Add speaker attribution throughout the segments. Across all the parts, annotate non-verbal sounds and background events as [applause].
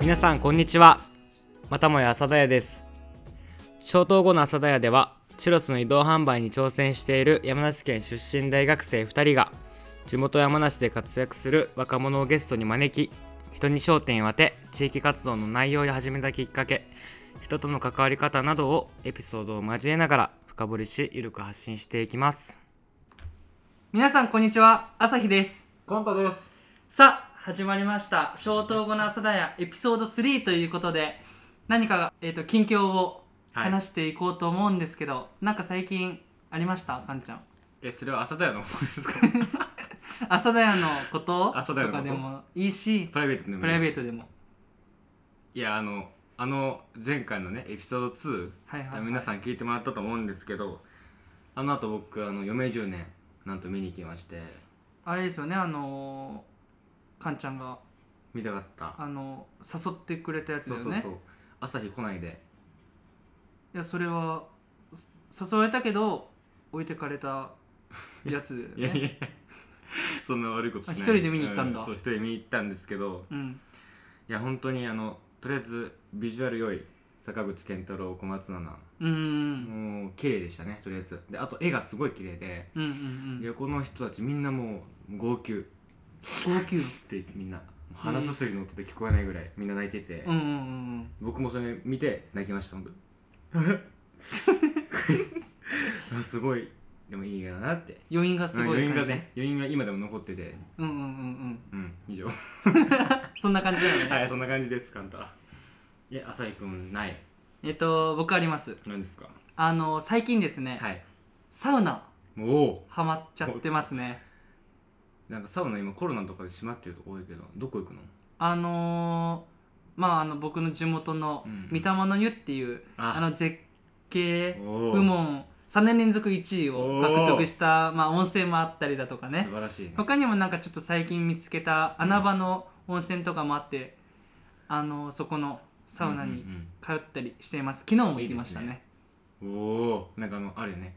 Speaker 1: 皆さんこんにちはまたもや浅田屋です消灯後の浅田屋ではチュロスの移動販売に挑戦している山梨県出身大学生2人が地元山梨で活躍する若者をゲストに招き人に焦点を当て地域活動の内容や始めたきっかけ人との関わり方などをエピソードを交えながら深掘りしゆるく発信していきます
Speaker 2: 皆さんこんにちは朝日です
Speaker 1: コンタです
Speaker 2: さあ始まりました「消灯後の朝だや」エピソード3ということで何か、えー、と近況を話していこうと思うんですけど、なんか最近ありましたかんちゃん
Speaker 1: えそれは浅田屋の方ですか
Speaker 2: 朝だやのこと
Speaker 1: 朝
Speaker 2: と
Speaker 1: だやのこ
Speaker 2: か
Speaker 1: と
Speaker 2: でもいいし
Speaker 1: [laughs] プライベートで
Speaker 2: プライベートでも
Speaker 1: いやあのあの前回のねエピソード2、
Speaker 2: はいはい、はい、
Speaker 1: 皆さ
Speaker 2: ん
Speaker 1: ん聞いてもらったと思うんですけどあの後僕あの余命10年なんと見に行きまして
Speaker 2: あれですよねあのー、かんちゃんが
Speaker 1: 見たかった
Speaker 2: あの誘ってくれたやつ
Speaker 1: そ
Speaker 2: だ
Speaker 1: う
Speaker 2: よ
Speaker 1: そ
Speaker 2: ね
Speaker 1: うそう朝日来ないで
Speaker 2: いやそれはそ誘われたけど置いてかれたやつだよね
Speaker 1: いやいや [laughs] そんな悪いことしない
Speaker 2: あ一人で見に行ったんだ
Speaker 1: うそう一人で見に行ったんですけど
Speaker 2: うん
Speaker 1: いや本当にあのとりあえずビジュアル良い坂口健太郎小松菜奈
Speaker 2: うーん
Speaker 1: もう綺麗でしたねとりあえずであと絵がすごい綺麗で
Speaker 2: うんうんうん
Speaker 1: 横の人たちみんなもう号泣っ
Speaker 2: 号泣
Speaker 1: てみんな鼻すすりの音で聞こえないぐらいみんな泣いてて、
Speaker 2: うんうんうん
Speaker 1: 僕もそれ見て泣きました本当 [laughs] あすごいでもいい映画だなって
Speaker 2: うん余韻がすごい
Speaker 1: 余韻が
Speaker 2: 感じ
Speaker 1: ね余韻が今でも残ってて
Speaker 2: うんうんうんうん
Speaker 1: うん以上
Speaker 2: そんな感じだよね、
Speaker 1: はいそんな感じですカンタいや浅井くんない
Speaker 2: えっと僕あります
Speaker 1: 何ですか
Speaker 2: あの最近ですね、
Speaker 1: はい
Speaker 2: サウナ
Speaker 1: もうお
Speaker 2: ハマっちゃってますね
Speaker 1: うなんかサウナ今コロナとかで閉まってるとこ多いけどどこ行くの
Speaker 2: あのー、まああの僕の地元の
Speaker 1: うん
Speaker 2: 三玉の湯っていう
Speaker 1: あ
Speaker 2: あの絶景
Speaker 1: おお
Speaker 2: 部門3年連続1位を獲得した、まあ、温泉もあったりだとかね
Speaker 1: 素晴らしいね
Speaker 2: 他にもなんかちょっと最近見つけた穴場の温泉とかもあって、あのそこのサウナ
Speaker 1: うん
Speaker 2: に
Speaker 1: うん
Speaker 2: 通ったりしています昨日も行きましたね
Speaker 1: いいですうんおおなんかあのあるよね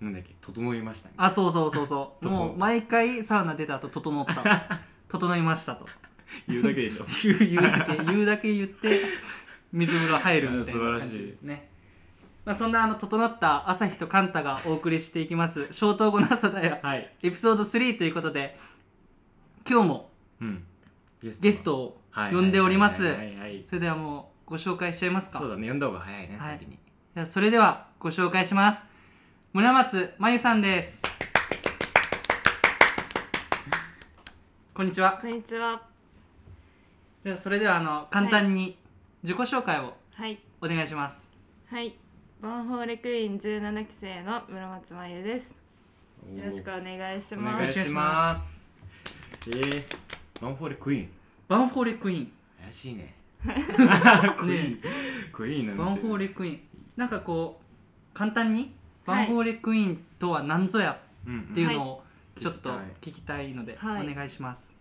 Speaker 1: なんだっけ整いましたね
Speaker 2: あそうそうそうそう
Speaker 1: [laughs] 整う
Speaker 2: もう毎回サウナ出た後整った整いましたと
Speaker 1: [laughs] 言うだけでしょ
Speaker 2: 言う言うだけ [laughs] 言うだけ言って水風呂入るみたい
Speaker 1: 素晴
Speaker 2: な
Speaker 1: らしい
Speaker 2: 感じですねまあ、そんなあの整った朝日とカンタがお送りしていきます「消灯後の朝だよ
Speaker 1: はい」
Speaker 2: エピソード3ということで今日も
Speaker 1: うんゲス
Speaker 2: ゲス
Speaker 1: ト
Speaker 2: トを
Speaker 1: はい
Speaker 2: 呼んでおります
Speaker 1: はいはいはいはい
Speaker 2: それではもうご紹介しちゃいますか
Speaker 1: そうだね呼んだ方が早いね、
Speaker 2: はい
Speaker 1: 先に
Speaker 2: じゃあそれではご紹介します村松真由さんですこんにちは
Speaker 3: こんにちは。
Speaker 2: じゃあそれではあの簡単に自己紹介を
Speaker 3: はい。
Speaker 2: お願いします、
Speaker 3: はい。バンホーレクイーン17期生の室松真由です。よろしくお願いし
Speaker 1: お願
Speaker 3: ま
Speaker 1: い
Speaker 3: す。
Speaker 1: しますえー、ワンフォーレクイーン
Speaker 2: バンフォーレクイーン
Speaker 1: 怪しい
Speaker 2: [laughs]
Speaker 1: ねクイーンクイーンなんて
Speaker 2: バンフォーレクイーンなんかこう簡単に
Speaker 3: は
Speaker 2: バ
Speaker 3: い
Speaker 2: ンフォーレクイーンとは何ぞや
Speaker 1: うん
Speaker 2: っ
Speaker 1: う
Speaker 2: てい
Speaker 1: ん
Speaker 2: うのをちょっと
Speaker 1: はい
Speaker 2: 聞きたいのでお
Speaker 3: はい
Speaker 2: 願いします、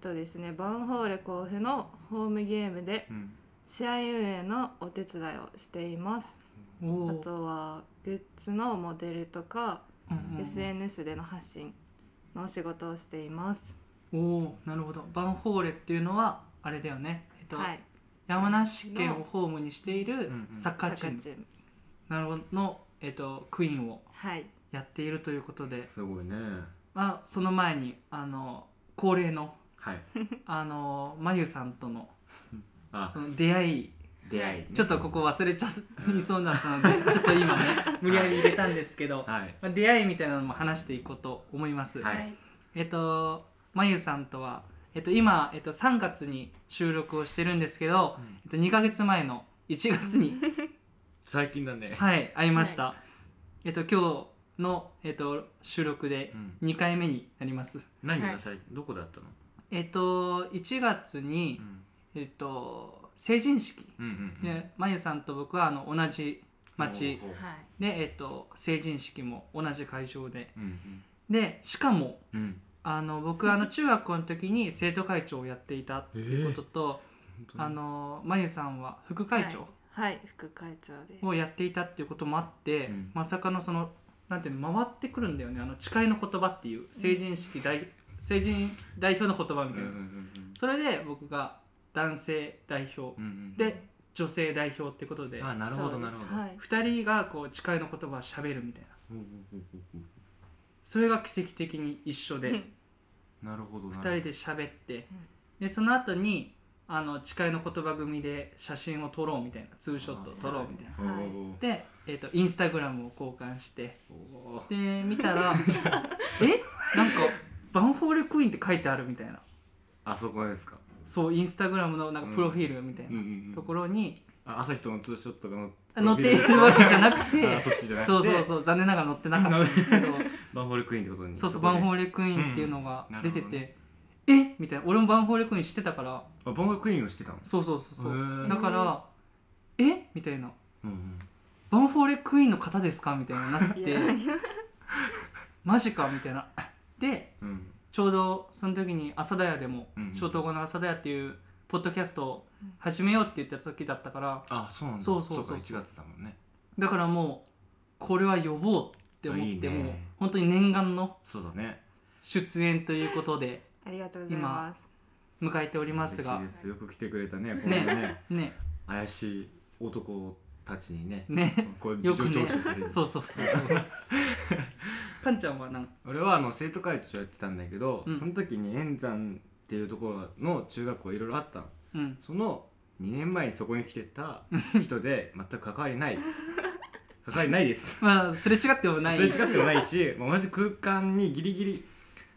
Speaker 3: とですね、バンホーレ甲府のホームゲームで
Speaker 1: うん
Speaker 3: 試合運営のお手伝いをしています。
Speaker 2: お
Speaker 3: あ
Speaker 2: おー、
Speaker 3: とはグッズのモデルとか、
Speaker 2: うんうん
Speaker 3: SNS での発信のお仕事をしています。
Speaker 2: おおーなるほどバンフォーレっていうのはあれだよね、えっと
Speaker 3: はい。
Speaker 2: 山梨県をホームにしている
Speaker 1: うんうん
Speaker 2: サッカーチーム、
Speaker 3: サッム。
Speaker 2: なるほどの、えっとクイーンを
Speaker 3: はい。
Speaker 2: やっているということで、
Speaker 1: すごいね
Speaker 2: まあ、その前にあの恒例の
Speaker 1: はい
Speaker 2: あのまゆさんとの
Speaker 1: あ
Speaker 2: その出会い
Speaker 1: 出会いね、
Speaker 2: ちょっとここ忘れちゃいそうだったので、ちょっと今ね無理やり入れたんですけど、
Speaker 1: はい
Speaker 2: まあ、出会いみたいなのも話していこうと思います。
Speaker 1: はい
Speaker 2: えっとまゆさんとは、えっと、今、えっと、3月に収録をしてるんですけど、
Speaker 1: うん
Speaker 2: えっと、2ヶ月前の1月に
Speaker 1: 最近だね
Speaker 2: [laughs] はい、会いました。
Speaker 3: は
Speaker 2: えっと今日のえっと収録で
Speaker 1: うん
Speaker 2: 2回目になります。
Speaker 1: 何
Speaker 3: は
Speaker 1: が
Speaker 3: い
Speaker 1: 最どこだったの
Speaker 2: えっと1月に
Speaker 1: う、ん
Speaker 2: えっと成人式
Speaker 1: うんうんうん
Speaker 2: でまゆさんと僕はあの同じ町
Speaker 1: ほうほう
Speaker 3: はい。
Speaker 2: でえっと成人式も同じ会場で
Speaker 1: うん
Speaker 2: でしかも
Speaker 1: うんうん
Speaker 2: あの僕あの中学校の時に生徒会長をやっていた
Speaker 1: ええ
Speaker 2: ことと、あのまゆさんは副会長
Speaker 3: はい。はい。副会長です。
Speaker 2: をやっていたっていうこともあって、
Speaker 1: うん
Speaker 2: まさかのそのなんていうの回ってくるんだよねあの誓いの言葉っていう成人式代、成人代表の言葉み
Speaker 1: うん
Speaker 2: た
Speaker 1: う
Speaker 2: い
Speaker 1: ん
Speaker 2: な、
Speaker 1: うんうん
Speaker 2: それで僕が男性代表
Speaker 1: うんうん
Speaker 2: で女性代表ってことで
Speaker 1: あなるほどなるほど、
Speaker 3: はい
Speaker 2: 2人がこう誓いの言葉をしゃべるみたいな
Speaker 1: うんうんうんうん
Speaker 2: それが奇跡的に一緒
Speaker 3: う
Speaker 2: で
Speaker 3: ん
Speaker 1: なるほどなるほ
Speaker 2: 2人
Speaker 1: ど
Speaker 2: で喋ってでその後にあの誓いの言葉組で写真を撮ろうみたいなツーショット撮ろうみたいな
Speaker 3: はい
Speaker 2: で、えー、とインスタグラムを交換して
Speaker 1: おおー
Speaker 2: で見た
Speaker 1: [laughs]
Speaker 2: らえなんかバンフォーレクイーンって書いてあるみたいな
Speaker 1: あそこですか
Speaker 2: そうインスタグラムのなん
Speaker 1: う
Speaker 2: か
Speaker 1: ん
Speaker 2: プロフィールみたい
Speaker 1: うんう
Speaker 2: なん
Speaker 1: う
Speaker 2: と
Speaker 1: ん
Speaker 2: ころに
Speaker 1: あ朝日とのツーショットがの
Speaker 2: 載っているわけじゃなくて
Speaker 1: あ [laughs] そっちじゃなくて
Speaker 2: [laughs] そうそうそう残念ながら載ってなかったん
Speaker 1: [laughs]
Speaker 2: ですけど
Speaker 1: バンホールクイーンってことに
Speaker 2: そうそうバンホ
Speaker 1: ー
Speaker 2: ーレクイーンっていうのが
Speaker 1: うんなる
Speaker 2: 出
Speaker 1: ほど
Speaker 2: て
Speaker 1: ね
Speaker 2: て、えみたいな俺もバンフォーレクイーンしてたから
Speaker 1: ルあバンホールクイーンをしてたの
Speaker 2: そうそうそうそ
Speaker 1: へ
Speaker 2: う
Speaker 1: ー
Speaker 2: だからえみたいな
Speaker 1: うんうん
Speaker 2: バンフォーレクイーンの方ですかみたいになっ
Speaker 3: [laughs] いや
Speaker 2: てマジかみたいなで
Speaker 1: うん
Speaker 2: ちょうどその時に「朝だや」でも
Speaker 1: うんうん
Speaker 2: 「ショート後の朝だや」っていうポッドキャストを始めようって言ってた時だったから
Speaker 1: あそうなんだ
Speaker 2: そうそうそう
Speaker 1: か1月だもんね
Speaker 2: だからもうこれは呼ぼうって思
Speaker 1: い
Speaker 2: っ
Speaker 1: い
Speaker 2: て
Speaker 1: ね
Speaker 2: もう本当に念願の
Speaker 1: そうだね
Speaker 2: 出演ということで
Speaker 3: [laughs]
Speaker 2: [laughs]
Speaker 3: ありがとうございます
Speaker 2: 迎えておりますが
Speaker 1: 嬉しいですよく来てくれたね
Speaker 2: ね
Speaker 1: このね
Speaker 2: ね
Speaker 1: 怪しい男たちにね
Speaker 2: ね
Speaker 1: こう
Speaker 2: よく
Speaker 1: 事情
Speaker 2: ね
Speaker 1: 聴取される
Speaker 2: そうそうそ
Speaker 1: [laughs]
Speaker 2: うそうかんちゃんはなんか
Speaker 1: 俺はあの生徒会長やってたんだけど、
Speaker 2: うん
Speaker 1: その時に円山っていうところの中学校いろいろあったの
Speaker 2: うん
Speaker 1: その2年前にそこに来てた人で [laughs] 全く関わりない関わりないです
Speaker 2: まあすれ違ってもない
Speaker 1: それ違ってもないしまあ同じ空間にギリギリ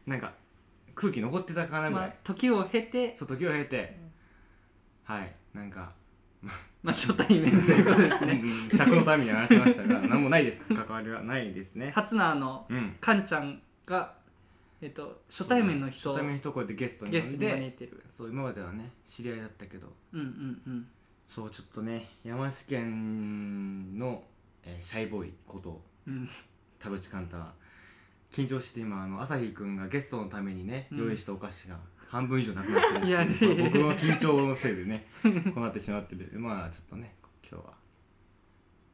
Speaker 1: なんか空気残ってたかなぐら
Speaker 2: ま
Speaker 1: い、
Speaker 2: あ、時を経て、
Speaker 1: そう時を経て、はいなんか、
Speaker 2: まあ、初対面ということです
Speaker 1: [laughs]
Speaker 2: ね
Speaker 1: うん尺のために話しましたが [laughs] 何もないです関わりはないですね
Speaker 2: 初のあの
Speaker 1: うん
Speaker 2: かんちゃんが、えっと、初対面の人
Speaker 1: 初対面の人をこうやってゲストに
Speaker 2: ゲ
Speaker 1: 呼
Speaker 2: ス
Speaker 1: ん
Speaker 2: トに招
Speaker 1: で
Speaker 2: いてる
Speaker 1: そう今まではね知り合いだったけど
Speaker 2: うんうんうん
Speaker 1: そうちょっとね山梨県の、えーシャイボーイこと
Speaker 2: うん
Speaker 1: 田淵寛太は緊張して今あの朝日くんがゲストのためにね
Speaker 2: うん
Speaker 1: 用意したお菓子が半分以上なくなってるって
Speaker 2: いや
Speaker 1: いうまあ僕の緊張のせいでねこうなってしまってる [laughs] まあちょっとね今日は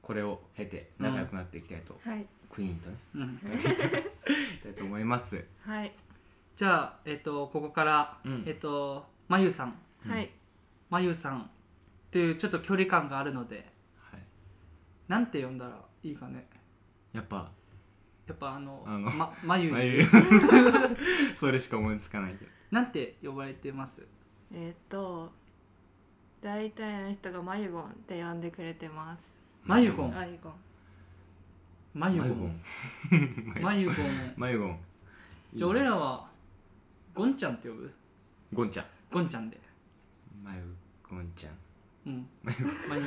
Speaker 1: これを経て仲良くなっていきたいと、
Speaker 3: はい
Speaker 1: クイーンとね
Speaker 2: うん
Speaker 1: やっていきたいと思います
Speaker 3: はい
Speaker 2: じゃあ、えっと、ここから、
Speaker 1: うん
Speaker 2: えっとまゆさん
Speaker 3: はい
Speaker 2: まゆさんというちょっと距離感があるので
Speaker 1: はい、
Speaker 2: なんて呼んだらいいかね
Speaker 1: やっぱ
Speaker 2: やっぱあの
Speaker 1: あの
Speaker 2: [laughs] ままゆ
Speaker 1: まあ
Speaker 2: に
Speaker 1: いう [laughs] それしか思いつかないけど
Speaker 2: なんて呼ばれてます
Speaker 3: えーっと大体の人がマユゴンって呼んでくれてます
Speaker 2: まゆごん
Speaker 3: マユゴン
Speaker 2: まゆ
Speaker 1: マ
Speaker 2: ご
Speaker 1: ユゴ
Speaker 2: ん
Speaker 1: ン
Speaker 2: まゆごん
Speaker 1: マユゴン
Speaker 2: じゃあ俺らはゴンちゃんって呼ぶ
Speaker 1: ゴンちゃん
Speaker 2: ゴンちゃんで
Speaker 1: マユゴンちゃん
Speaker 2: うんまゆ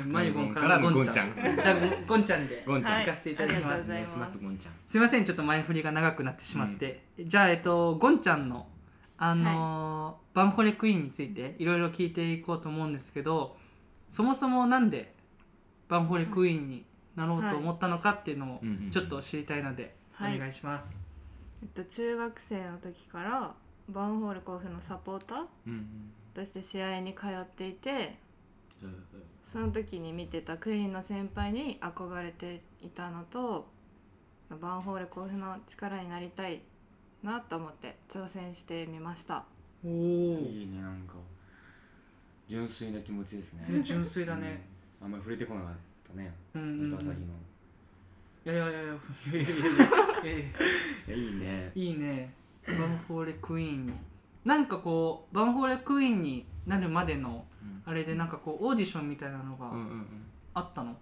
Speaker 2: まゆごんからのゴンちゃん
Speaker 1: ゴンちゃん
Speaker 2: じゃあゴンちゃんで
Speaker 1: ゴンちゃん、
Speaker 3: はい
Speaker 2: 行かせていただき
Speaker 3: ありが
Speaker 2: ま
Speaker 3: とう
Speaker 2: す
Speaker 3: ございます
Speaker 1: ゴンちゃん
Speaker 2: すいませんちょっと前振りが長くなってしまって、じゃあえっとゴンちゃんのあのーバンホレクイーンについていろいろ聞いていこうと思うんですけどそもそもなんでバンホレクイーンになろうと思ったのかっていうのを
Speaker 1: うんうん
Speaker 2: ちょっと知りたいのでお
Speaker 3: はい
Speaker 2: 願いします、
Speaker 3: えっと中学生の時からバンホール甲府のサポーター
Speaker 1: うん
Speaker 3: として試合に通っていて
Speaker 1: うん
Speaker 3: その時に見てたクイーンの先輩に憧れていたのとバンホール甲府の力になりたいなと思って挑戦してみました
Speaker 2: おお
Speaker 1: いいねなんか純粋な気持ちですね
Speaker 2: 純粋だね、
Speaker 1: うんあんまり触れてこなかったね
Speaker 2: うんうんうん
Speaker 1: 本当朝日の
Speaker 2: いやいやいやいやいやいやいやいや
Speaker 1: いや
Speaker 2: いや
Speaker 1: いいね
Speaker 2: いいねバンホーレクイーンになんかこうバンホーレクイーンになるまでの
Speaker 1: うん
Speaker 2: あれでなんかこうオーディションみたいなの
Speaker 1: うん
Speaker 2: が
Speaker 1: うん
Speaker 2: あったの、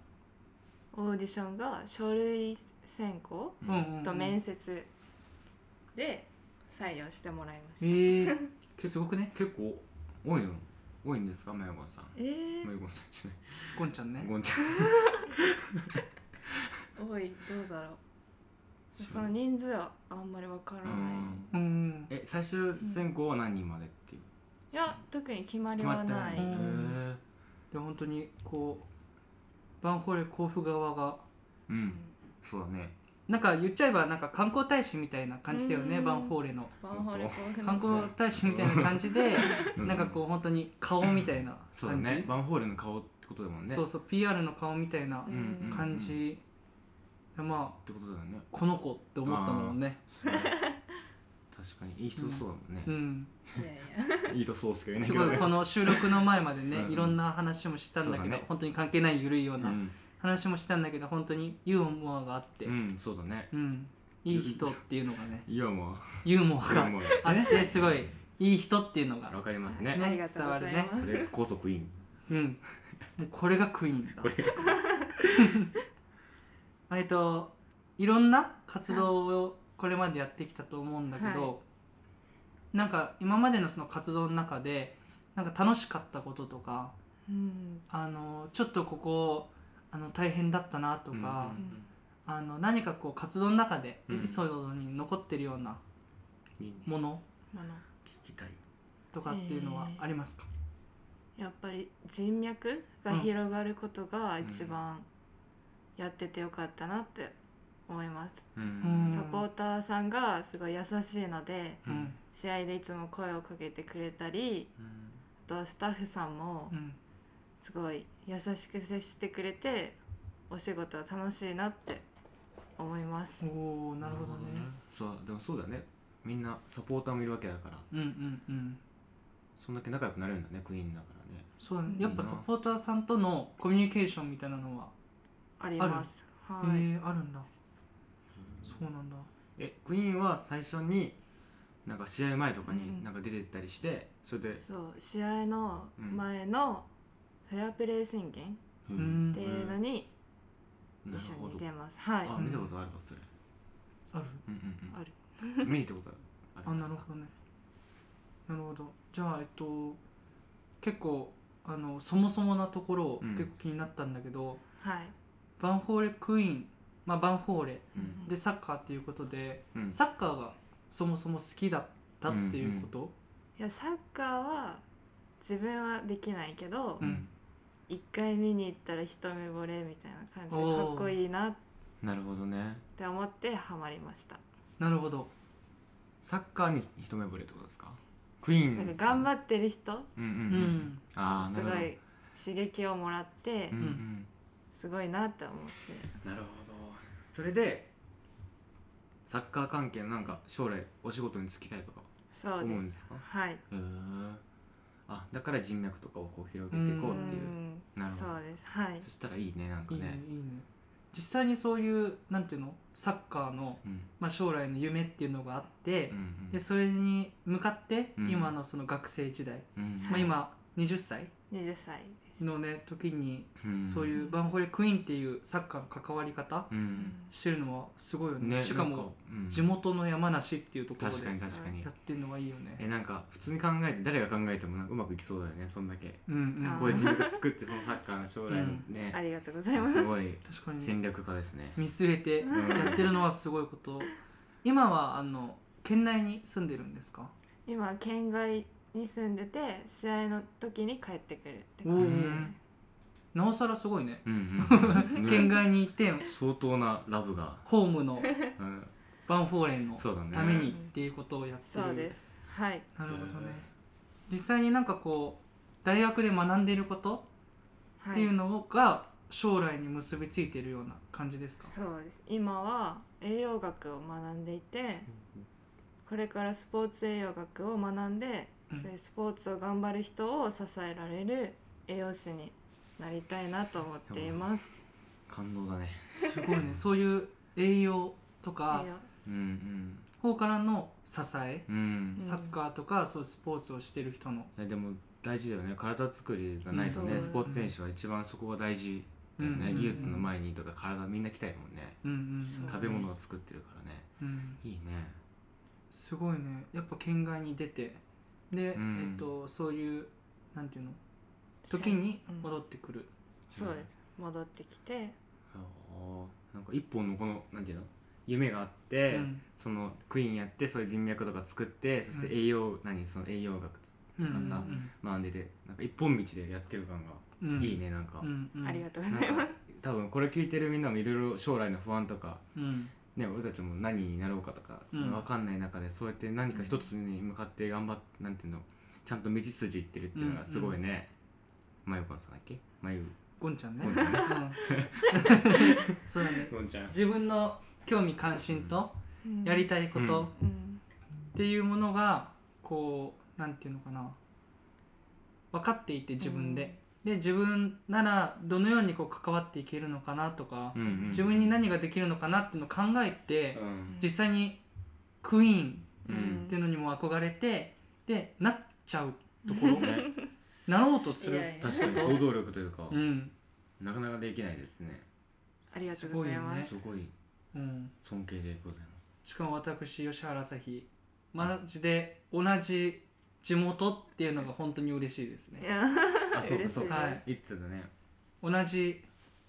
Speaker 3: オーディションが書類選考
Speaker 1: うん
Speaker 2: うんうん
Speaker 3: と面接で採用してもらいました、
Speaker 2: え
Speaker 1: [laughs]
Speaker 2: ー、すごくね
Speaker 1: 結構多いの多いんですかマユゴンさん
Speaker 3: えー
Speaker 1: マユゴンさんじゃな
Speaker 2: ゴンちゃんね
Speaker 1: いゴンちゃ
Speaker 3: 多いどうだろうんその人数はあんまりわから
Speaker 1: う
Speaker 3: ない、
Speaker 1: ん
Speaker 2: うん
Speaker 1: え最終選考は何人までっていう
Speaker 3: いや特に決まり
Speaker 1: 決
Speaker 3: は
Speaker 1: まって
Speaker 3: な
Speaker 1: ない
Speaker 3: い
Speaker 1: へ
Speaker 2: うん
Speaker 1: え
Speaker 2: で本当にこうバンホーレ甲府側が
Speaker 1: うんそうだね
Speaker 2: なんか言っちゃえばなんか観光大使みたいな感じだよね
Speaker 3: うん
Speaker 2: バンホーレの
Speaker 3: バンホール甲府の
Speaker 2: 観光大使みたいな感じで
Speaker 1: うん
Speaker 2: [laughs] なんかこう本当に顔みたいな
Speaker 1: そうだ
Speaker 2: 感じ
Speaker 1: ねバンホールの顔ってことだもんね
Speaker 2: そう
Speaker 1: っ
Speaker 2: そう PR の顔みたいな
Speaker 3: うん
Speaker 1: うん
Speaker 2: 感じ、でまあ
Speaker 1: てことだよね
Speaker 2: [laughs] この子って思ったんだもんね
Speaker 1: そう確確かにいい人そうだもんね
Speaker 2: う、ん、
Speaker 3: いやいや
Speaker 1: いい人そうですけどね
Speaker 2: すごいこの収録の前まで
Speaker 1: うん
Speaker 2: ね
Speaker 1: うん
Speaker 2: いろんな話もしたんだけ
Speaker 1: そう
Speaker 2: ど
Speaker 1: だね
Speaker 2: 本当に関係ない緩いよう
Speaker 1: う、
Speaker 2: なん話もしたんだけど本当にユーモアがあって、
Speaker 1: う
Speaker 2: うん
Speaker 1: ん、そうだね
Speaker 2: いい人っていうのが [laughs] ね
Speaker 1: いやもう
Speaker 2: ユーモア
Speaker 1: いや
Speaker 2: が
Speaker 1: もう
Speaker 2: あってすごいいい人っていうのが
Speaker 1: わかりますね
Speaker 2: ね
Speaker 3: ありがとうございます
Speaker 1: これこそクイーン
Speaker 2: うん、これがクイーンだ
Speaker 1: これが
Speaker 2: えっといろんな活動をこれまでやってきたと思うんだけど、
Speaker 3: は
Speaker 2: なんか今までのその活動の中でなんか楽しかったこととか
Speaker 3: うん
Speaker 2: あのちょっとここあの大変だったなとか、あの何かこう活動の中でエピソードに残ってるような
Speaker 1: うんいいね
Speaker 2: もの
Speaker 3: あの
Speaker 1: 聞きたい
Speaker 2: とかっていうのはありますか、
Speaker 3: やっぱり人脈が広がることが一番やっててよかったなって思います、
Speaker 1: う
Speaker 2: うん
Speaker 3: サポーターさんがすごい優しいので
Speaker 1: うん
Speaker 2: うん
Speaker 3: 試合でいつも声をかけてくれたり
Speaker 1: うん
Speaker 3: あとスタッフさんも
Speaker 2: うん
Speaker 3: すごい優しく接してくれてお仕事は楽しいなって思います
Speaker 2: おおなるほどね
Speaker 1: そうでもそうだよねみんなサポーターもいるわけだから
Speaker 2: うんうんうん
Speaker 1: そんだけ仲良くなれるんだねクイーンだからね
Speaker 2: そうだね
Speaker 3: うん
Speaker 2: やっぱサポーターさんとのコミュニケーションみたいなのは、
Speaker 3: ありますは
Speaker 2: え
Speaker 3: い、
Speaker 2: ーあるんだそうなんだ
Speaker 1: えクイーンは最初になんか試合前とか
Speaker 3: うんう
Speaker 1: に
Speaker 3: ん
Speaker 1: なんか出てったりしてそれで
Speaker 3: そう試合の前のフェアプレー宣言
Speaker 1: う
Speaker 2: うん
Speaker 3: っていうのに
Speaker 1: なる
Speaker 3: 一緒
Speaker 1: ほ
Speaker 3: に
Speaker 1: ど
Speaker 3: 出ますはい
Speaker 1: あ見たことあるわそれ
Speaker 2: ある
Speaker 1: うん
Speaker 3: ある
Speaker 1: うんうん見に行ったことある
Speaker 2: あなるほどねなるほどじゃあえっと結構あのそもそもなところ、
Speaker 1: うん
Speaker 2: 結構気になったんだけど
Speaker 3: はい
Speaker 2: バンホーレクイーン、まあ、バンホーレ
Speaker 1: うん
Speaker 2: でサッカーっていうことで、
Speaker 1: うん
Speaker 2: サッカーがそもそも好きだったっていうこと、
Speaker 3: いやサッカーは自分はできないけど
Speaker 1: う
Speaker 2: うんん
Speaker 3: 一回見に行ったら一目惚れみたいな感じでかっこいいなっ
Speaker 1: なるほどね
Speaker 3: て思ってハマりました
Speaker 2: なるほど
Speaker 1: サッカーに一目惚れってことですかクイーン
Speaker 3: なんか頑張
Speaker 1: っ
Speaker 3: ってる人
Speaker 1: うんう
Speaker 2: うんん、
Speaker 1: うんああな
Speaker 3: す
Speaker 1: る
Speaker 3: ご
Speaker 1: ほど
Speaker 3: い刺激をもらって
Speaker 1: うんうん
Speaker 3: すごいなって思って
Speaker 1: なるほどそれでサッカー関係のなんか将来お仕事に就きたいとか
Speaker 3: そう
Speaker 1: 思
Speaker 3: で
Speaker 1: う
Speaker 3: す
Speaker 1: んですか
Speaker 3: はい
Speaker 1: へえあだから人脈とかをこう広げていこう
Speaker 3: う
Speaker 1: っていう、
Speaker 3: ん
Speaker 1: なるほど
Speaker 3: そうですはい
Speaker 1: そしたらいいねなんか
Speaker 2: いい
Speaker 1: ね
Speaker 2: ねいいね実際にそういうなんていうのサッカーの、
Speaker 1: うん
Speaker 2: まあ、将来の夢っていうのがあって
Speaker 1: う、ん
Speaker 2: でそれに向かって、
Speaker 1: うん
Speaker 2: 今のその学生時代、
Speaker 1: うんうん
Speaker 2: まあ、今20歳
Speaker 3: 20歳です
Speaker 2: のね時に
Speaker 1: うん
Speaker 2: そういうバンホレクイーンっていうサッカーの関わり方
Speaker 1: うん
Speaker 2: してるのはすごいよね
Speaker 1: ね
Speaker 2: しか
Speaker 1: なん
Speaker 2: も
Speaker 1: うん
Speaker 2: 地元の山梨っていうところで
Speaker 1: 確かに確かに
Speaker 2: やってるのはいいよね
Speaker 1: えなんか普通に考えて誰が考えてもなんかうまくいきそうだよねそんだけ
Speaker 2: うんうん
Speaker 3: あ
Speaker 1: こういう人脈作ってそのサッカーの将来の
Speaker 3: あ
Speaker 1: ね、
Speaker 3: りがとうございます
Speaker 1: すごい
Speaker 2: 確かに
Speaker 1: 戦略家ですね
Speaker 2: 見据えてやってるのはすごいこと今はあの県内に住んでるんですか
Speaker 3: 今県外に住んでて試合の時に帰ってくるって
Speaker 1: う
Speaker 3: 感じです
Speaker 1: ん
Speaker 2: なおさらすごいね
Speaker 1: うんうんうん
Speaker 2: 県外に行って
Speaker 1: 相当なラブが、
Speaker 2: ホーム
Speaker 3: [laughs]
Speaker 2: の
Speaker 1: うん、
Speaker 2: バンフォーレンの
Speaker 1: そうだね
Speaker 2: ためにっていうことをやってる
Speaker 3: そうですはい
Speaker 2: なるほどね実際になんかこう大学で学んでいることっ
Speaker 3: は
Speaker 2: ていうのが将来に結びついてるような感じですか、
Speaker 3: そうです今は栄養学を学んでいてこれからスポーツ栄養学を学んで、
Speaker 2: うん
Speaker 3: そういうスポーツを頑張る人を支えられる栄養士になりたいなと思っています
Speaker 1: 感動だね
Speaker 2: すごい
Speaker 3: [laughs]
Speaker 2: ねそういう栄養とか
Speaker 3: 栄養
Speaker 1: うん
Speaker 2: 方からの支え
Speaker 1: うんうん
Speaker 3: ん
Speaker 2: サッカーとかそういうスポーツをしてる人の
Speaker 1: えでも大事だよね体作りがないとね
Speaker 3: そう
Speaker 1: スポーツ選手は一番そこが大事だよね、
Speaker 2: うん
Speaker 1: 技術の前にとか体みんな鍛えるもんね
Speaker 2: うんうん
Speaker 3: そう
Speaker 1: 食べ物を作ってるからね
Speaker 2: うん、うん、
Speaker 1: いいね
Speaker 2: すごいねやっぱ県外に出てで、
Speaker 1: うん
Speaker 2: えっとそういうなんていうの時に
Speaker 3: うん
Speaker 2: 戻ってくる、
Speaker 3: そうです戻ってきて
Speaker 1: あーなんか一本のこのなんていうの夢があって、
Speaker 2: うん
Speaker 1: そのクイーンやってそういう人脈とか作ってそして栄養、何その栄養学
Speaker 2: うん
Speaker 1: なんかさ学んでてなんか一本道でやってる感が
Speaker 2: うんうん、
Speaker 1: いいねなんか、
Speaker 2: うんうん、
Speaker 3: ありが
Speaker 2: と
Speaker 3: とうご
Speaker 1: なん
Speaker 3: ざいま
Speaker 1: か多分これ聞いてるみんなもいろいろ将来の不安とか
Speaker 2: う、うん、
Speaker 1: ね、俺たちも何になろうかとか
Speaker 2: うん
Speaker 1: 分かんない中で、そうやって何か一つに向かって頑張っなんていうのちゃんと道筋いってるっていうのがすごいね、まゆこさんだっけまゆ
Speaker 2: ゴンちゃんね
Speaker 1: ゴンちゃんね
Speaker 2: う
Speaker 3: [laughs]
Speaker 2: んそうだね
Speaker 1: こんちゃん
Speaker 2: 自分の興味関心と
Speaker 3: す
Speaker 2: やりたいこと
Speaker 3: うん
Speaker 2: っていうものがこうなんていうのかな分かっていて自分で、で自分ならどのようにこう関わっていけるのかなとか、
Speaker 1: うんうん
Speaker 2: 自分に何ができるのかなっていうのを考えて、
Speaker 1: うん
Speaker 2: 実際にクイーン
Speaker 3: うん
Speaker 1: うん
Speaker 2: っていうのにも憧れてでなっちゃうところなろうとする
Speaker 3: いやいや
Speaker 1: 確かに行動力というか
Speaker 2: うん
Speaker 1: なかなかできないですね
Speaker 3: ありがとうございま
Speaker 1: す
Speaker 3: す
Speaker 1: ごい
Speaker 2: ごいよね、うん、
Speaker 1: 尊敬でございます
Speaker 2: しかも私吉原朝日マジで同じ地元っていうのが本当に嬉しいです
Speaker 3: い
Speaker 2: ね
Speaker 3: や
Speaker 1: あそうかそう
Speaker 2: 嬉しい
Speaker 1: か
Speaker 2: です
Speaker 1: 言ってたね
Speaker 2: 同じ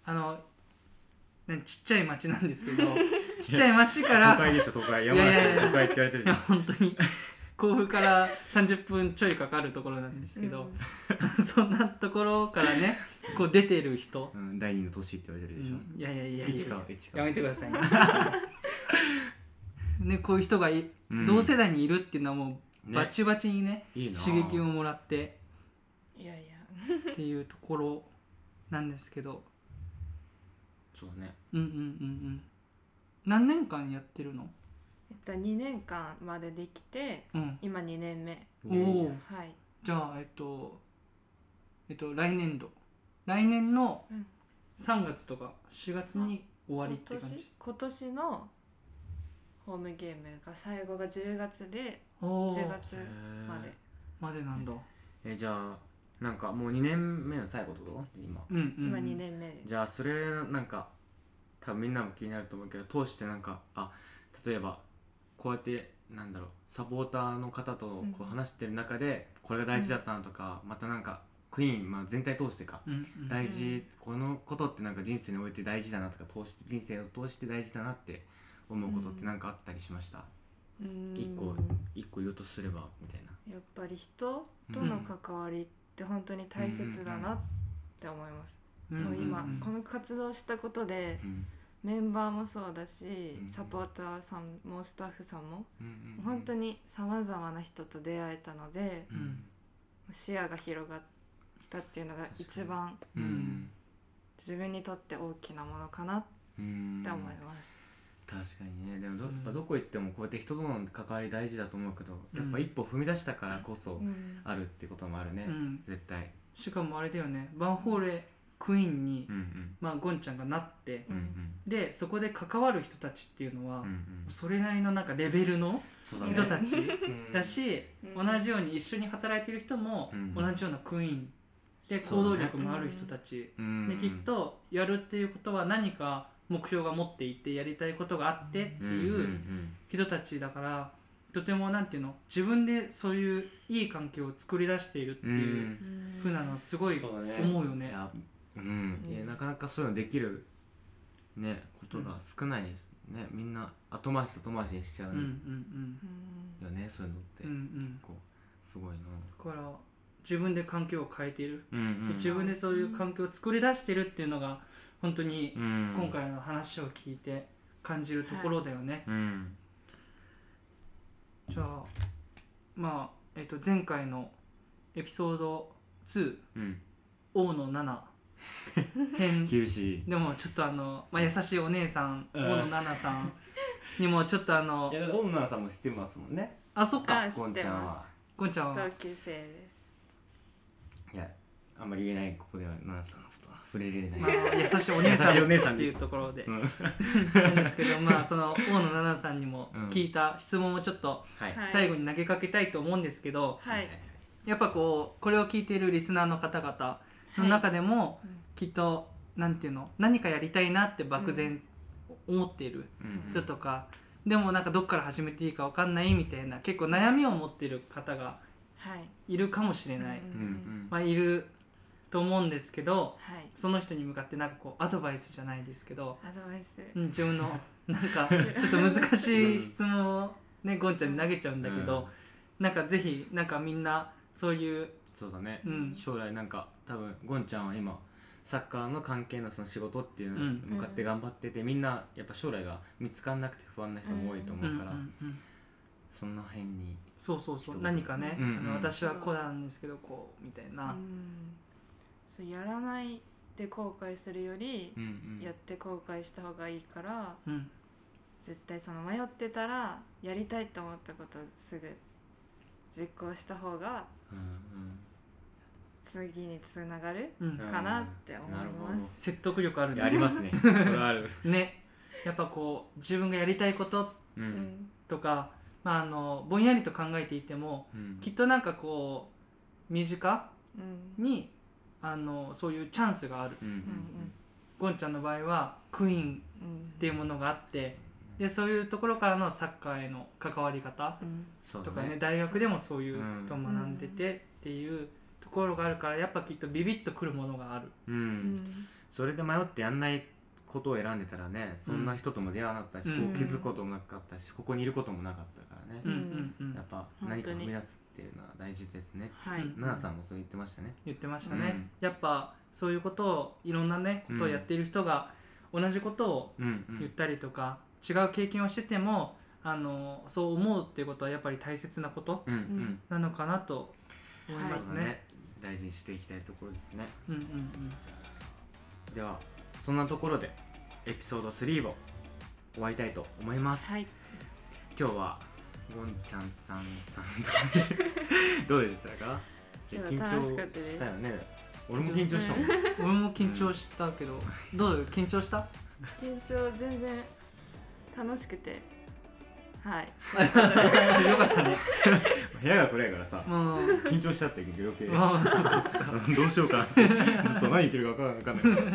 Speaker 2: あのなんちっちゃい町なんです
Speaker 3: [laughs]
Speaker 2: けどちっちゃい町か
Speaker 1: 都
Speaker 2: ら
Speaker 1: 会でしょ都会山梨
Speaker 2: いやいやいや
Speaker 1: 都会って言われてる
Speaker 2: い
Speaker 1: じゃ
Speaker 2: や [laughs]
Speaker 1: ん
Speaker 2: 本当に甲府から30分ちょいかかるところなんですけど、そんなところからねこう出てる人、
Speaker 1: うん第二の都市って言われて
Speaker 2: う
Speaker 1: るでしょ
Speaker 2: んいやいやいやいや
Speaker 1: 一か一か
Speaker 2: やめてくださいね [laughs] ねこういう人がい
Speaker 1: うん
Speaker 2: 同世代にいるっていうのはもう
Speaker 1: ね
Speaker 2: バチバチにね
Speaker 1: いいな
Speaker 2: 刺激をもらって
Speaker 3: いやいや
Speaker 2: っていうところなんですけど
Speaker 1: そうだね
Speaker 2: うんうんうんうん何年間やってるの
Speaker 3: えっと2年間までできて
Speaker 2: うん
Speaker 3: 今2年目
Speaker 2: おお
Speaker 3: はい
Speaker 2: じゃあえっとえっと来年度来年の
Speaker 3: うん
Speaker 2: 3月とか4月に終わりって感じ
Speaker 3: 今年今年のホームゲームが最後が10月で
Speaker 2: おお
Speaker 3: 10月まで
Speaker 2: までなんだ
Speaker 1: えじゃあなんかもう2年目の最後ってこと今
Speaker 2: うんうん
Speaker 3: 今2年目です
Speaker 1: じゃあそれなんか多分みんなも気になると思うけど通してなんかあ例えばこうやってなんだろうサポーターの方と
Speaker 3: うん
Speaker 1: こう話してる中でこれが大事だったなとか、またなんかクイーン、まあ、全体通してか、
Speaker 2: うんうん
Speaker 1: 大事このことってなんか人生において大事だなとか通して人生を通して大事だなって思うことってなんかあったりしました、
Speaker 3: うーん
Speaker 1: 一個一個言うとすればみたいな
Speaker 3: やっぱり人との関わりって本当に大切だなって思います、
Speaker 2: うん
Speaker 3: もう今、
Speaker 2: ん
Speaker 3: この活動したことで
Speaker 1: うん
Speaker 3: メンバーもそうだし、
Speaker 1: ん
Speaker 3: サポーターさんもスタッフさんも
Speaker 1: うんうん
Speaker 3: 本当にさまざまな人と出会えたので
Speaker 1: う、ん
Speaker 3: 視野が広がったっていうのが一番
Speaker 1: う
Speaker 2: うんん
Speaker 3: 自分にとって大きなものかなっ
Speaker 1: うん
Speaker 3: て思います、
Speaker 1: 確かにねでもどや
Speaker 2: うん
Speaker 1: っぱどこ行ってもこうやって人との関わり大事だと思うけど、
Speaker 2: うん
Speaker 1: やっぱ一歩踏み出したからこそ
Speaker 3: うん
Speaker 1: あるってこともあるね、
Speaker 2: うん
Speaker 1: 絶対
Speaker 2: しかもあれだよねバンホーレクイーンに、
Speaker 1: うんうん
Speaker 2: まあ、ゴンちゃんがなって
Speaker 1: うん
Speaker 2: でそこで関わる人たちっていうのは、
Speaker 1: うんうんうん
Speaker 2: それなりのなんかレベルの
Speaker 1: そう
Speaker 2: 人たち
Speaker 1: うん
Speaker 2: だし、
Speaker 3: うん
Speaker 2: 同じように一緒に働いてる人も、
Speaker 1: うん
Speaker 2: 同じようなクイーンで
Speaker 1: そう
Speaker 2: 行
Speaker 1: ね
Speaker 2: 動力もある人たち、
Speaker 1: うん
Speaker 2: できっとやるっていうことは何か目標が持っていてやりたいことがあってっていう、
Speaker 1: んん
Speaker 2: 人たちだからとてもなんていうの自分でそういういい環境を作り出しているって
Speaker 1: うんう
Speaker 2: いうんふうなのすごい
Speaker 1: そ
Speaker 2: 思
Speaker 1: うだね
Speaker 2: うよ
Speaker 1: い
Speaker 2: ね。
Speaker 1: や,、うん
Speaker 3: うん
Speaker 1: いやなかなかそういうのできるねことが少ないですね、みんな後回しと後回しにしちゃう
Speaker 2: うん
Speaker 1: う
Speaker 2: うん
Speaker 1: よ
Speaker 2: うん
Speaker 3: うん
Speaker 1: ね、そういうのって、
Speaker 2: うんうん、
Speaker 1: こうすごいな、
Speaker 2: だから自分で環境を変えている、
Speaker 1: うんうん
Speaker 2: 自分でそういう環境を作り出しているっていうのが本当に
Speaker 1: うん、
Speaker 2: 今回の話を聞いて感じるところだよね。
Speaker 1: うん
Speaker 2: じゃあまあ、えっと、前回のエピソード2
Speaker 1: うん
Speaker 2: 「王の7」編
Speaker 1: 九死
Speaker 2: でもちょっとあの、まあ、優しいお姉さん
Speaker 1: うん
Speaker 2: 大野奈々さんにもちょっとあの
Speaker 1: [laughs] いや、オーナーさんも知ってますもんね。
Speaker 2: あそっ
Speaker 3: あ
Speaker 2: か
Speaker 3: 知って
Speaker 1: ゴ
Speaker 3: ます
Speaker 1: ンちゃんは。
Speaker 2: ゴンちゃんは
Speaker 3: 同級生です
Speaker 1: いや、あんまり言えない、ここでは、ナナさんのことは触れられない。
Speaker 2: まあ優しいお姉
Speaker 1: [laughs] 優
Speaker 2: さ
Speaker 1: しいお姉
Speaker 2: ん
Speaker 1: さ
Speaker 2: っ
Speaker 1: ん
Speaker 2: て
Speaker 1: で
Speaker 2: い
Speaker 1: す
Speaker 2: うところで
Speaker 1: うん
Speaker 2: なんですけどまあその大野奈々さんにも
Speaker 1: うん
Speaker 2: 聞いた質問をちょっと
Speaker 1: はい。
Speaker 3: はい
Speaker 2: 最後に投げかけたいと思うんですけど、
Speaker 3: はい、
Speaker 2: やっぱこうこれを聞いているリスナーの方々の中でも
Speaker 3: うん
Speaker 2: きっとなんていうの何かやりたいなって漠然思っている
Speaker 1: うん
Speaker 2: 人とか、でもなんかどっから始めていいかわかんないみたいな結構悩みを持っている方が
Speaker 3: はい
Speaker 2: いるかもしれない、
Speaker 3: う
Speaker 1: うんんうん。
Speaker 2: まあ、いると思うんですけど
Speaker 3: はい
Speaker 2: その人に向かってなんかこうアドバイスじゃないですけど、
Speaker 3: アドバイス
Speaker 2: うん、自分のなん
Speaker 1: [laughs]
Speaker 2: かちょっと難しい質問をねゴンちゃんに投げちゃうんだけど、なんかぜひなんかみんなそういう、
Speaker 1: そうだね
Speaker 2: う。ん、
Speaker 1: 将来なんか、多分、ゴンちゃんは今。サッカーの関係のその仕事っていうの
Speaker 2: うん
Speaker 1: に向かって頑張ってて、みんなやっぱ将来が見つかんなくて不安な人も多いと
Speaker 2: うんう
Speaker 1: 思
Speaker 2: ん
Speaker 1: うから、
Speaker 2: うん
Speaker 1: そんな辺に
Speaker 2: そうそうそう
Speaker 1: 人
Speaker 2: 何かね、
Speaker 1: うんうん
Speaker 2: あの私はこうなんですけどこうみたいうな、
Speaker 3: んそうやらないで後悔するより
Speaker 1: うんうん
Speaker 3: やって後悔した方がいいから
Speaker 2: うん
Speaker 3: 絶対その迷ってたらやりたいと思ったことすぐ実行した方が次につながる
Speaker 2: うん
Speaker 3: かなって思い
Speaker 1: なるほ
Speaker 3: ます。
Speaker 2: 説得力ある
Speaker 1: どいやあり
Speaker 2: ね
Speaker 1: ますねこれはある
Speaker 2: ねやっぱこう自分がやりたいこと
Speaker 1: う
Speaker 3: うんん
Speaker 2: とか、まあ、あのぼんやりと考えていても
Speaker 1: うん
Speaker 2: きっとなんかこう身近
Speaker 3: うん
Speaker 2: にあのそういうチャンスがある
Speaker 1: うん
Speaker 2: ゴンちゃんの場合はクイーン
Speaker 3: う
Speaker 2: っ
Speaker 3: ん
Speaker 2: ていうものがあってでそういうところからのサッカーへの関わり方
Speaker 3: うん
Speaker 1: そう
Speaker 2: と
Speaker 1: だ
Speaker 2: かね大学でもそういう
Speaker 1: うん
Speaker 2: とを学んでてっていうところがあるからやっぱきっとビビッとくるものがある
Speaker 1: う
Speaker 3: うんん
Speaker 1: それで迷ってやんないことを選んでたらねそんな人とも出会わなかったし、
Speaker 2: うん
Speaker 1: こう気づくこともなかったしここにいることもなかったからね
Speaker 2: う、んうんうん
Speaker 1: やっぱ何か踏み出すっていうのは大事ですね
Speaker 3: はい、
Speaker 2: うん
Speaker 1: 奈々さんもそう言ってましたね
Speaker 2: 言ってましたね、やっぱそういうことをいろんなねことをやっている人が同じことを
Speaker 1: うん
Speaker 2: 言ったりとか、違う経験をしててもあのそう思うっていうことはやっぱり大切なこと
Speaker 1: うんうん、
Speaker 3: ん
Speaker 2: なのかなと思い
Speaker 3: はい
Speaker 2: ます
Speaker 1: そう
Speaker 2: ね。
Speaker 1: だね大事にしていきたいところですね
Speaker 2: うんうんうん
Speaker 1: ではそんなところでエピソード3を終わりたいと思います、
Speaker 3: はい、
Speaker 1: 今日はゴンちゃんさんさんどうでしたか
Speaker 3: 今日
Speaker 1: 緊
Speaker 3: は楽しかった
Speaker 1: 張
Speaker 3: です
Speaker 1: したよね俺も緊張したもん
Speaker 2: 俺も緊張したけど、
Speaker 1: [laughs]
Speaker 2: どう緊張した
Speaker 3: 緊張全然楽しくてはい
Speaker 2: よかったね。
Speaker 1: 部屋が暗いからさ
Speaker 2: もう、
Speaker 1: 緊張しちゃって余計
Speaker 2: まあまあ、そうかそうか。
Speaker 1: どうしようかなってずっと何言ってるか分かんないい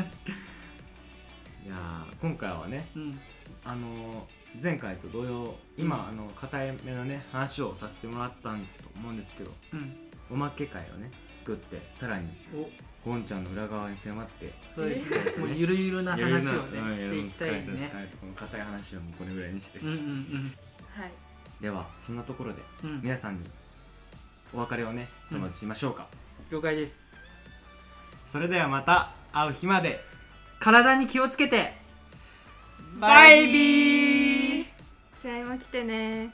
Speaker 1: やー今回はね
Speaker 2: うん、
Speaker 1: あのー前回と同様今あの硬い目のね話をさせてもらったんと思うんですけど
Speaker 2: うん、
Speaker 1: おまけ会をね作ってさらに
Speaker 2: お、
Speaker 1: ゴンちゃんの裏側に迫って
Speaker 2: そうですね。もうゆるゆるな話をね、していきたい
Speaker 1: です
Speaker 2: ね。
Speaker 1: この硬い話をもうこれぐらいにして、
Speaker 2: うんうん
Speaker 3: はい
Speaker 1: ではそんなところで
Speaker 2: うん、うん、
Speaker 1: 皆さんにお別れをねひとまずしましょうか、
Speaker 2: 了解です。
Speaker 1: それではまた会う日まで
Speaker 2: 体に気をつけて。
Speaker 1: バイビー
Speaker 3: 試合も来てね